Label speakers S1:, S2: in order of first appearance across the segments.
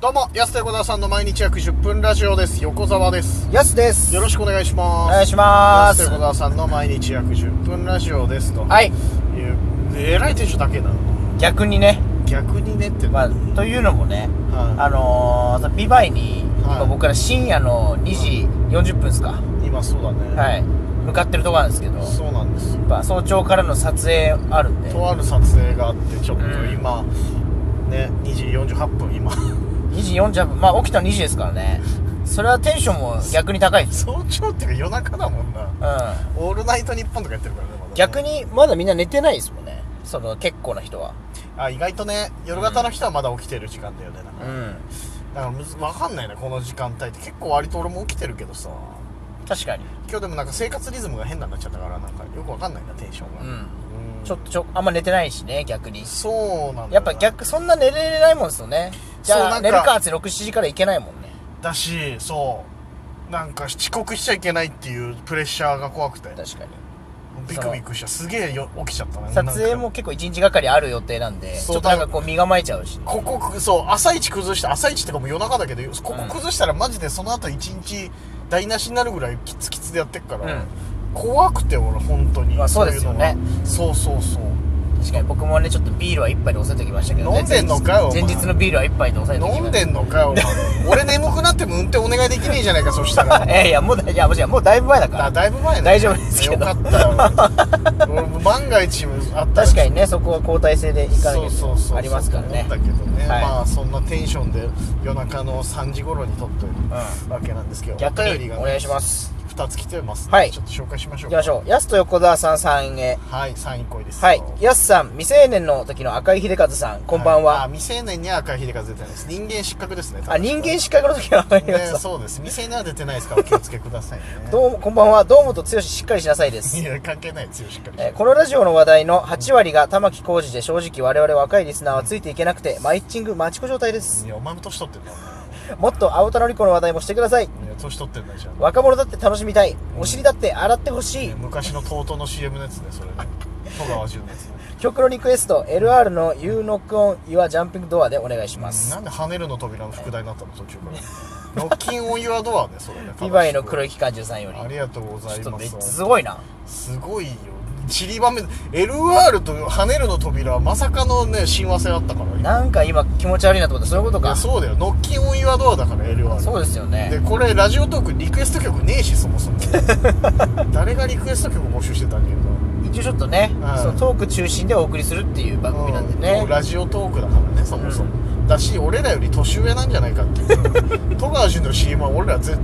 S1: どうも、安手小沢さんの毎日約10分ラジオです。横澤です。
S2: やすです。
S1: よろしくお願いし
S2: お
S1: ます。
S2: 願いしま
S1: 安
S2: す
S1: 手。小沢さんの毎日約10分ラジオですと。
S2: はい。
S1: いうえらいテンションだけなの。
S2: 逆にね、
S1: 逆にねって。
S2: まあ
S1: はい、
S2: というのもね、あのーさ、ビバイに、
S1: はい
S2: 今僕から深夜の2時40分ですか、
S1: 今そうだね。
S2: はい、向かってるところなんですけど、や
S1: そうなんですよ。
S2: っぱ早朝からの撮影あるんで、
S1: とある撮影があって、ちょっと
S2: うん
S1: 今、ね、2時48分今。
S2: 2時40分、まあ起きたの2時ですから ね、それはテンションも逆に高いです。
S1: 早朝っていうか夜中だもんな。
S2: うん。
S1: オールナイトニッポンとかやってるからね、まだね
S2: 逆。に、まだみんな寝てないですもんね、その結構な人は。
S1: あ、意外とね、夜型の人はまだ起きてる時間だよね。なんか
S2: うん。
S1: だからむずわかんないねこの時間帯って結構割と俺も起きてるけどさ
S2: 確かに。
S1: 今日でもなんか生活リズムが変になっちゃったからなんかよくわかんないなテンションが、
S2: う
S1: うん
S2: ん。ちょっとちょ、あんま寝てないしね、逆に。
S1: そうなんだよな
S2: やっぱ逆、そんな寝れないもんですよね。じ
S1: そう
S2: ゃ
S1: な
S2: あ、
S1: んか
S2: 寝るかって6、7時から行けないもんね。
S1: だしそうなんか遅刻しちゃいけないっていうプレッシャーが怖くて
S2: 確かに。
S1: ビクビクしたすげえよ起きちゃったな
S2: 撮影も
S1: なんか
S2: 結構1日がかりある予定なんで、ち
S1: そう
S2: ょっとなんかこう身構えちゃうし。
S1: ここくそう朝一崩して朝一ってかもう夜中だけどここ崩したらマジでその後一日台無しになるぐらいキツキツでやってっから、
S2: うん
S1: 怖くて俺本当に、
S2: まあそうですよね
S1: そういうのがそうそうそう
S2: 確かに僕もね、ちょっとビールは1杯で抑えておきましたけどね。
S1: 飲んでんのかよ
S2: 前日
S1: お前
S2: 前日のビールは1杯で抑えておき
S1: 飲
S2: ました
S1: んでんのかよお前俺 眠くなっても運転お願いできねえじゃないかそしたら
S2: いやいや、もうだ、いや、もちろんもうだいぶ前だか
S1: だ
S2: ら。
S1: だいぶ前ね
S2: 大丈夫ですけど
S1: よかったよ俺も万が一あったら
S2: 確かにね、そこは交代制で行かな
S1: そうそう
S2: き
S1: そう
S2: ゃありますからね
S1: そう。思ったけどね、
S2: はい
S1: まあそんなテンションで夜中の3時頃に撮ってる
S2: う
S1: わけなんですけど、
S2: 逆
S1: お便り
S2: に
S1: が、
S2: お願いします。
S1: 2つ来てます、
S2: はい
S1: ちょっと紹介しましょう
S2: 行き
S1: か
S2: ましょう。やすと横澤さん3へ。
S1: はい3位恋ですよ
S2: はい。やすさん、未成年の時の赤井秀和さん、こんばん
S1: あ
S2: は。
S1: 未成年には赤い秀が出てないです人間失格ですね
S2: あ、人間失格の時の赤井秀和
S1: ね
S2: さん。
S1: そうです未成年は出てないですからお気をつけくださいね
S2: どうも、こんばんは。どうもと剛しっかりしなさいで
S1: い
S2: す。
S1: や関係ない強しっかり
S2: えーこのラジオの話題の8割が玉置浩二で正直我々若いリスナーはついていけなくて、マイッチングマチコ状態です。
S1: いやお前も年取ってんだお
S2: もっと青田のり子の話題もしてください。
S1: 前いや年取ってんだじゃん
S2: 若者だって楽しみたい。お尻だって洗ってほしい
S1: ね。昔の TOTO の CM のやつねそれね戸川純のやつね
S2: 曲のリクエスト、LR の You Knock On Your Jumping Door でお願いしま
S1: うん
S2: す
S1: な。んで跳ねるの扉の副題になったの途中からロッキンオンユアドアねそれね
S2: ビバイの黒
S1: い
S2: い機関銃さんより。
S1: ありがとうござい
S2: ちょっと
S1: ま
S2: めっ
S1: す
S2: ちゃすごいな。
S1: すごいよ散りばめ LR と跳ねるの扉はまさかのね親和性あったから今
S2: なんか今気持ち悪いなと思って、そういうこと
S1: いや
S2: か。
S1: そうだよノッキンオンユアドアだから LR
S2: そうですよ
S1: で
S2: ね。
S1: これラジオトークリクエスト曲ねえしそも そも誰がリクエスト曲募集してたんだけど
S2: 一応ちょっとね
S1: うん、
S2: そのトーク中心でお送りするっていう番組なんで
S1: うんも
S2: ね
S1: う。ラジオトークだからねそもそも、だし俺らより年上なんじゃないかっていう 戸川純の CM は俺らぜ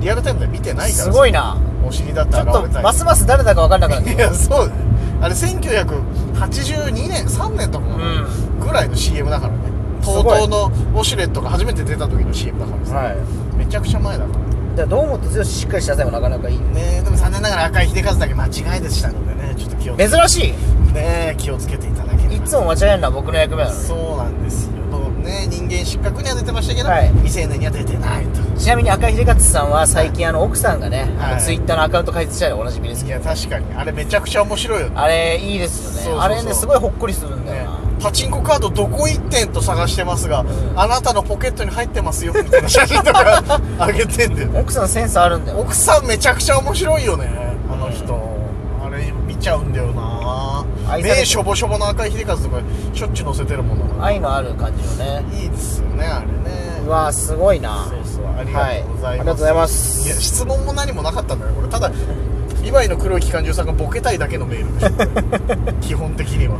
S1: リアルタイムで見てないから
S2: すごいな。
S1: お尻だって
S2: ちょっ
S1: 現
S2: と
S1: れたり
S2: ますます誰だか分かんなく なってき
S1: い
S2: た
S1: やそうだよあれ1982年3年とか
S2: う
S1: の
S2: ん
S1: ぐらいの CM だからね
S2: す
S1: TOTO
S2: ごい
S1: のウォシュレットが初めて出た時の CM だからさ、
S2: は
S1: めちゃくちゃ前だから
S2: いだどうもと剛しっかりした際もなかなかいい
S1: ねえでも残念ながら赤井秀和だけ間違いでしたのでねちょっと気をつけ
S2: 珍し
S1: ねえ気をつけていただければ
S2: いいつも間違えるのは僕の役目なの
S1: そうなんですよ。ね、人間失格には出てましたけど、
S2: はい
S1: 未成年には出てないと。
S2: ちなみに赤井秀勝さんは最近あの奥さんがね、
S1: はい
S2: あのツイッターのアカウント開設したでおなじみです
S1: い
S2: け
S1: や、
S2: ど
S1: 確かに。あれめちゃくちゃ面白いよね。
S2: あれいいですよね
S1: そうそうそう
S2: あれねすごいほっこりするんだよ
S1: ね
S2: な、
S1: パチンコカードどこ1点と探してますが、
S2: ん
S1: あなたのポケットに入ってますよ、みたいな写真とか あげてんだよ。
S2: 奥さんセンスあるんだよ
S1: 奥さんめちゃくちゃ面白いよね、あの人。あれ見ちゃうんだよな
S2: 愛されて
S1: 目しょぼしょぼの赤い秀和とかしょっちゅう載せてるもんな。
S2: 愛のある感じのね
S1: いいですよね、あれね。
S2: うわーすごいな
S1: そうそうありがとうございます、
S2: はいありがとうございます
S1: や質問も何もなかったんだよこれただビバイの黒い機関銃さんがボケたいだけのメールでしょこれ基本的には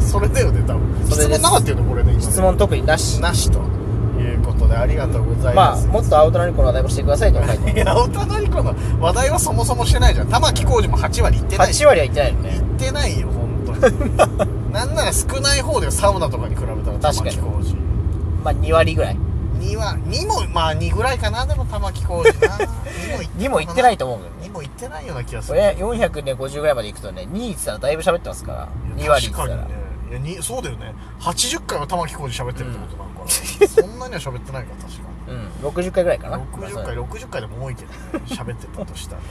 S1: それだよね多分
S2: それ
S1: 質
S2: です
S1: 問なかったよねこれね今ね
S2: 質問特になし
S1: なしということでありがとうござい
S2: ま
S1: ま
S2: あ
S1: す、
S2: もっと青空にこの話題もしてくださいと書いて
S1: いやお互いこの話題はそもそもしてないじゃん玉置浩二も8割いってない
S2: 8割は言ってないよね
S1: 言ってないよ本当 になんなら少ない方でサウナとかに比べたら玉
S2: 確か
S1: 置
S2: に
S1: 浩二
S2: まあ2割ぐらい
S1: 2は2もまあ2ぐらいかなでも玉置浩二 な2も行
S2: 2も言ってない
S1: と
S2: と思うけ
S1: 2
S2: どね
S1: も行ってないような気がす
S2: そ
S1: る
S2: れ450ぐらいまでいくとね2言ってたらだいぶ喋ってますから2割言ってた
S1: 確からにねいやにそうだよね80回は玉置浩二喋ってるってことなんかな、そんなにには喋ってないか確か
S2: うん60回ぐらいかな
S1: 60回60回でも多いけどね喋ってたとしたら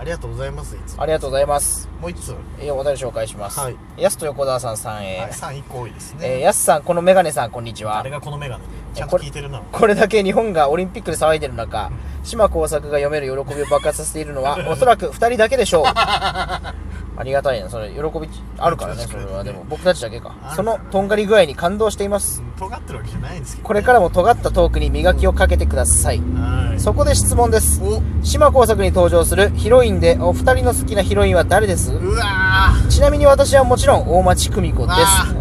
S1: ありがとうございますいつも
S2: ありがとうございます
S1: もう一つ、は
S2: えーお便り紹介します、
S1: はい
S2: やすと横澤さんさん
S1: い、
S2: へ、
S1: 3一個多いです
S2: えー
S1: ね、
S2: やすさんこのメガネさんこんにちは
S1: あれがこの眼鏡でちゃん
S2: こと
S1: 聞
S2: れ
S1: いてるな
S2: これだけ日本がオリンピックで騒いでる中島耕作が読める喜びを爆発させている のはおそらく2人だけでしょうありがたいなそれ喜びあるからね
S1: 確か
S2: そ
S1: に
S2: れ
S1: ね
S2: はでも僕たちだけか
S1: ある
S2: そ
S1: から
S2: の
S1: ね
S2: とんがり具合に感動しています
S1: 尖ってるわけじゃないんですけど
S2: これからも尖ったトークに磨きをかけてください
S1: はい
S2: そこで質問です
S1: お
S2: 島耕作に登場するヒロインでお二人の好きなヒロインは誰です
S1: うわー
S2: ちなみに私はもちろん大町久美子です、
S1: あ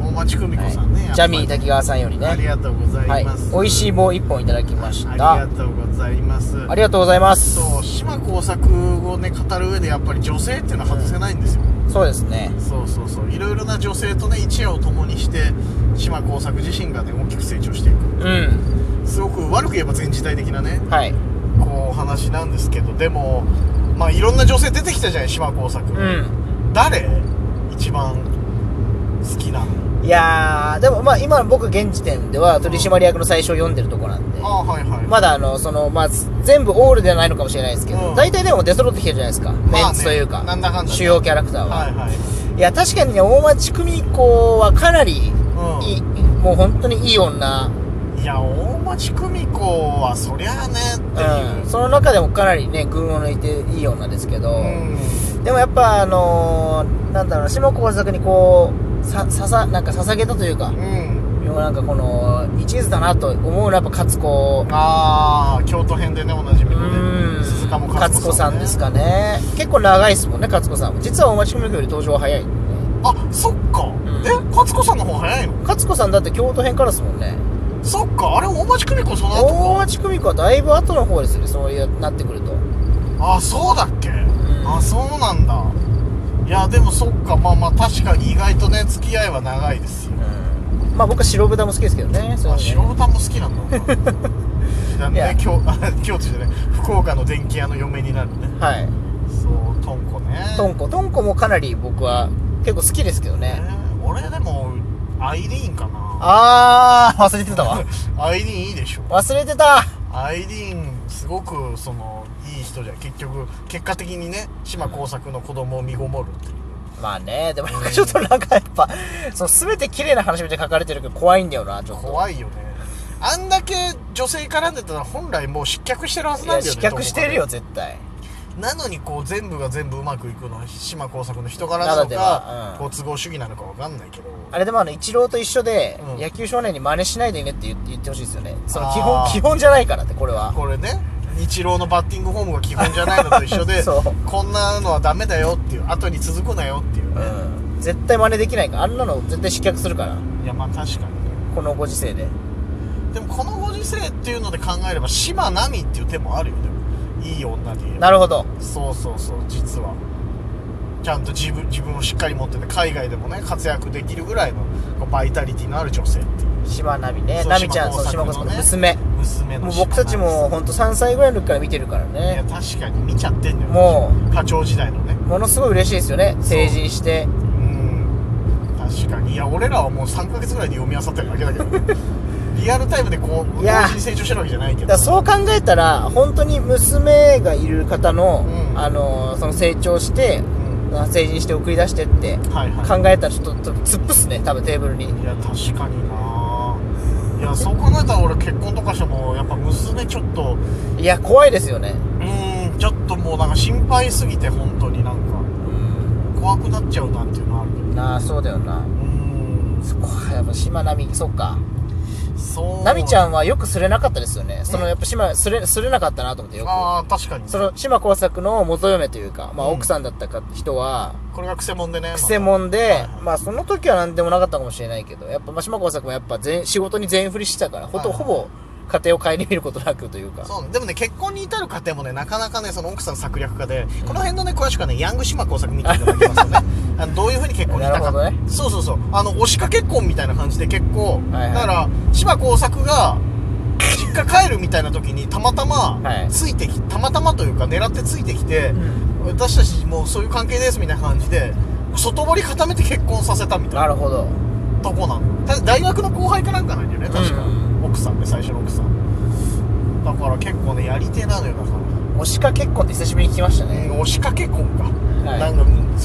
S1: 大町久美子さんね、
S2: はい
S1: やっぱり
S2: ジャミー滝川さんよりね
S1: ありがとうござ
S2: はい
S1: います、
S2: 美味しい棒1本いただきまし
S1: あ
S2: た
S1: りがとうございます
S2: ありがとうございます
S1: そう島耕作をね語る上でやっぱり女性っていうのは外せないんですよ、
S2: そうですね
S1: そうそうそういろいろな女性とね一夜を共にして島耕作自身がね大きく成長していく
S2: うん
S1: すごく悪く言えば全時代的なね
S2: はい
S1: こうお話なんですけどでもまあいろんな女性出てきたじゃない島耕作、
S2: うん
S1: 誰一番好きなの
S2: いやーでもまあ今僕現時点では取締役の最初を読んでるとこなんで
S1: ああはいはい、
S2: まだあのそのまあ全部オールではないのかもしれないですけど、
S1: うん
S2: 大体でも出揃ってきてるじゃないですか、
S1: ね
S2: メンツというか
S1: なんだかんだ
S2: 主要キャラクターは、
S1: はいはい
S2: い、や確かにね大町久美子はかなりいい、
S1: うん
S2: もう本当にいい女、
S1: いや大町久美子はそりゃあねっていう
S2: うん、その中でもかなりね群を抜いていい女ですけど、
S1: う
S2: でもやっぱあのー、なんだろうな下小作にこうさささなんか捧げたというか、
S1: ん、
S2: でもなんかこの一途だなと思うのはやっぱ勝子
S1: ああ京都編でねおなじみ
S2: う
S1: の
S2: ん
S1: ね鈴鹿も
S2: 勝子さん
S1: ね
S2: ですかね結構長いですもんね勝子さんも実は大町久美子より登場は早い
S1: あそっか、
S2: ん
S1: え勝子さんの方早いの
S2: 勝子さんだって京都編からですもんね
S1: そっかあれ大町久美子その後
S2: 大町久美子はだいぶ後の方ですよねそういうなってくると
S1: かあそうだっけ、
S2: ん
S1: あそうなんだいやでもそっかまあまあ確かに意外とね付き合いは長いですよ
S2: うんまあ僕は白豚も好きですけどねそう
S1: あ
S2: いう
S1: 白
S2: のね
S1: 豚も好きなんだ なん
S2: いや
S1: で京 あ京都じゃない福岡の電気屋の嫁になるね
S2: はい
S1: そうとんこね
S2: とんことんこもかなり僕は結構好きですけど
S1: え
S2: ね
S1: ー俺でもアイリーンかな
S2: あー忘れてたわ
S1: アイリーンいいでしょ
S2: 忘れてた
S1: アイリーンすごくそのいい人じゃん結局結果的にね島耕作の子供を身ごもるっていう
S2: まあねでもなんかちょっとなんかやっぱそう全て綺麗な話みたいに書かれてるけど怖いんだよなちょっと
S1: 怖いよねあんだけ女性絡んでたら本来もう失脚してるはず
S2: い
S1: なん
S2: や
S1: だよ
S2: 失
S1: ね
S2: 脚してるよ絶対
S1: どこかでなのにこう全部が全部うまくいくのは島耕作の人柄な
S2: なら
S1: の
S2: では
S1: か
S2: う
S1: こう都合主義なのかわかんないけど
S2: あれでもあのイチローと一緒で、
S1: うん
S2: 野球少年に真似しないでねって言って言ってほしいですよねその基
S1: あ
S2: 本
S1: ー
S2: 基本じゃないからってこれは
S1: これね日郎のバッティングフォームが基本じゃないのと一緒で
S2: そう
S1: こんなのはダメだよっていう後に続くなよっていう
S2: う
S1: ね、
S2: ん絶対真似できないからあんなの絶対失脚するから
S1: いやまあ確かにね
S2: このご時世で
S1: でもこのご時世っていうので考えれば島奈美っていう手もあるよでもいい女で言えば
S2: なるほど
S1: そうそうそう実はちゃんと自分自分をしっかり持ってて海外でもね活躍できるぐらいのこうバイタリティのある女性っていう
S2: 島ナビね
S1: そう
S2: ナビちゃんそ
S1: 島耕
S2: の島子さん
S1: 作の
S2: の
S1: ね
S2: 娘
S1: 娘
S2: も
S1: の
S2: う
S1: 島
S2: 僕たちも
S1: 奈
S2: ほんと3歳ぐらいの時から見てるから
S1: 美さ
S2: ね
S1: んいや確かに見ちゃってんのよ
S2: も
S1: 課長時代のね
S2: うものすごい嬉しいですよね成人して
S1: うん確かにいや俺らはもう3ヶ月ぐらいで読み漁ってるだけだけどリアルタイムでこう同
S2: いや
S1: 時に成長してるわけじゃないけ
S2: だか
S1: ど
S2: らそう考えたら本当に娘がいる方の,、
S1: うん
S2: あのその成長して
S1: うん
S2: 成人して送り出してって
S1: はいはい
S2: 考えたらちょっとちょっと突っ伏すね多分テーブルに
S1: いや確かにないやそう考えたら俺結婚とかしてもやっぱ娘ちょっと
S2: いや怖いですよね
S1: うーんちょっともうなんか心配すぎて本当になんか怖くなっちゃうなっていうのはあるけどう
S2: なあそうだよな
S1: ーん
S2: そこはやっぱ島奈美そっか
S1: そう
S2: 奈美ち
S1: ん
S2: ゃんはよくすれなかったですよねその
S1: うん
S2: やっぱ島すれすれなかったなと思ってよく
S1: ああ確かに
S2: その島耕作の元嫁というか、まあ、
S1: うん
S2: 奥さんだったか人は
S1: これがクセモンでね
S2: くせ
S1: ン
S2: もんで、
S1: まあ
S2: まあその時は何でもなかったかもしれないけどやっぱまあ島耕作もやっぱ全仕事に全振りしてたからほと、
S1: はい
S2: ほぼ家庭を顧みることなくというか
S1: そうでもね結婚に至る過程もねなかなかねその奥さん策略家で、この辺のね詳しくはねヤング島耕作見ていただきますと ねあのどういうふうに結婚に至る
S2: な
S1: か
S2: るほどね
S1: そうそうそうあの押しかけ婚みたいな感じで結構、
S2: はいはい
S1: だから島耕作が実家帰るみたいな時にたまたま
S2: はい
S1: ついてき、たまたまというか狙ってついてきて、
S2: ん
S1: 私たちもうそういう関係ですみたいな感じで外堀固めて結婚させたみたいな
S2: なるほど
S1: とこなのた大学の後輩かなんかなんだよね確か、
S2: うん
S1: 奥さんね最初の奥さんだから結構ねやり手なのよだから
S2: 押しか結婚って久しぶりに聞きましたね
S1: 押しかけ婚か、
S2: はい
S1: なんか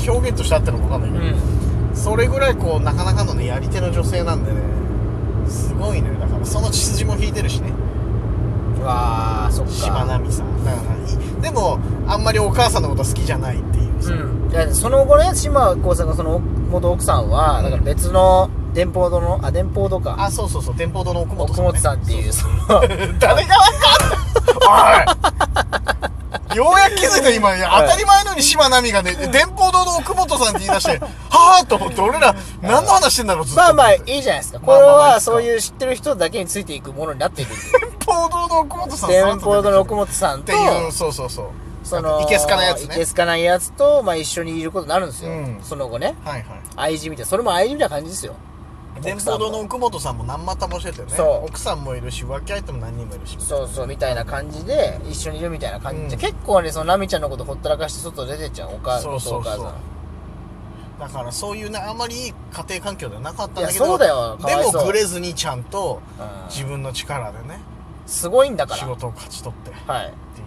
S1: 表現としてあってるのか分かんないけ
S2: う
S1: ど、
S2: ん
S1: それぐらいこうなかなかのねやり手の女性なんでねすごいのよだからその血筋も引いてるしね
S2: うわあそっか
S1: しまなみさんだからいでもあんまりお母さんのこと好きじゃないっていう、
S2: うんいやその後ね島耕作のその元奥さんは、
S1: うん
S2: なんか別の電報堂のあ電報堂か
S1: あそうそうそう電報堂の奥本
S2: 奥
S1: さん、ね、
S2: 本さんっていうその
S1: 誰がわかんないおいようやく気づいた今いや
S2: はい
S1: 当たり前のように島奈美がね電報堂の奥本さんって言い出してはあと思って俺ら何の話してんだろうずっと
S2: まあまあいいじゃないですかこ
S1: まあ
S2: れ
S1: まあまあいいっ
S2: は
S1: すか
S2: そういう知ってる人だけについていくものになっていくんで
S1: 電報堂の奥本さん
S2: 電報堂の奥
S1: 本
S2: 本さん
S1: って
S2: と
S1: いうそうそうそう
S2: その
S1: いけすかないやつね
S2: いけすかないやつと、まあ、一緒にいることになるんですよ、
S1: うん
S2: その後ね
S1: はいはい
S2: 愛人みたいなそれも愛人みたいな感じですよ
S1: 電
S2: 奥さん
S1: 報
S2: も
S1: 堂の奥本さんも何股もしててね
S2: そう
S1: 奥さんもいるし浮気相手も何人もいるし
S2: そうそうみたいな感じで一緒にいるみたいな感じ、
S1: うん
S2: で結構ねそのナミちゃんのことほったらかして外出てっちゃうお母
S1: そうそうそう
S2: お母さん
S1: だからそういうねあんまりいい家庭環境ではなかったん
S2: い
S1: だ
S2: や
S1: けど
S2: そうだよか
S1: で
S2: わいそう
S1: もグレずにちゃんと
S2: うん
S1: 自分の力でね
S2: すごいんだか
S1: 仕
S2: ら
S1: 事を勝ち取ってっ
S2: はい
S1: てい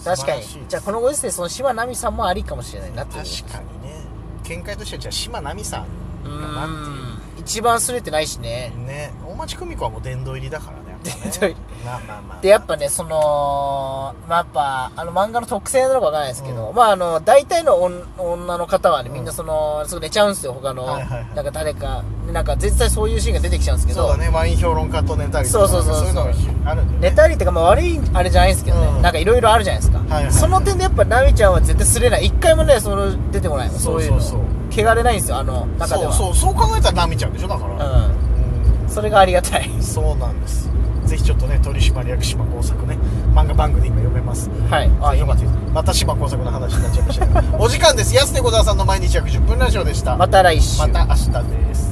S1: う
S2: 確かに
S1: 素晴らしい
S2: じゃあこのご時世その柴奈美さんもありかもしれないなっていう
S1: 確かにね見解としてはじゃあ島奈美さん
S2: う
S1: かなっていう
S2: ーん一番すれてないしね
S1: ね大町久美子はもう殿堂入りだからねやっぱね
S2: 殿堂入り
S1: まあまあまあ
S2: でやっぱねそのまあやっぱあの漫画の特性なのかわからないですけど、まああの大体の女女の方はねみんなそのすぐ寝ちゃうんですよ他の、
S1: はいはいはい
S2: なんか誰かなんか絶対そういうシーンが出てきちゃうんですけ
S1: そう
S2: ど
S1: だねワイン評論家と寝たりとか
S2: そうそうそうそう
S1: いうのがあるんだよね
S2: 寝たりってかまあ悪いあれじゃないですけどね、
S1: うん
S2: なんかいろいろあるじゃないですか、
S1: はいはい
S2: その点でやっぱ奈美ちゃんは絶対すれない一回もねその出てこないもんそういうの
S1: そうそう
S2: 汚れないんですよあの中で
S1: そ
S2: は
S1: うそうそう考えたら奈美ちゃんでしょだから、
S2: うんそれがありがたい
S1: うんそうなんですぜひちょっとね取締役島耕作ね漫画番組で今読めます
S2: はいあよかったです
S1: また島耕作の話になっちゃいましたけどお時間です安手小沢さんの毎日約10分ラジオでした
S2: また来週
S1: また明日です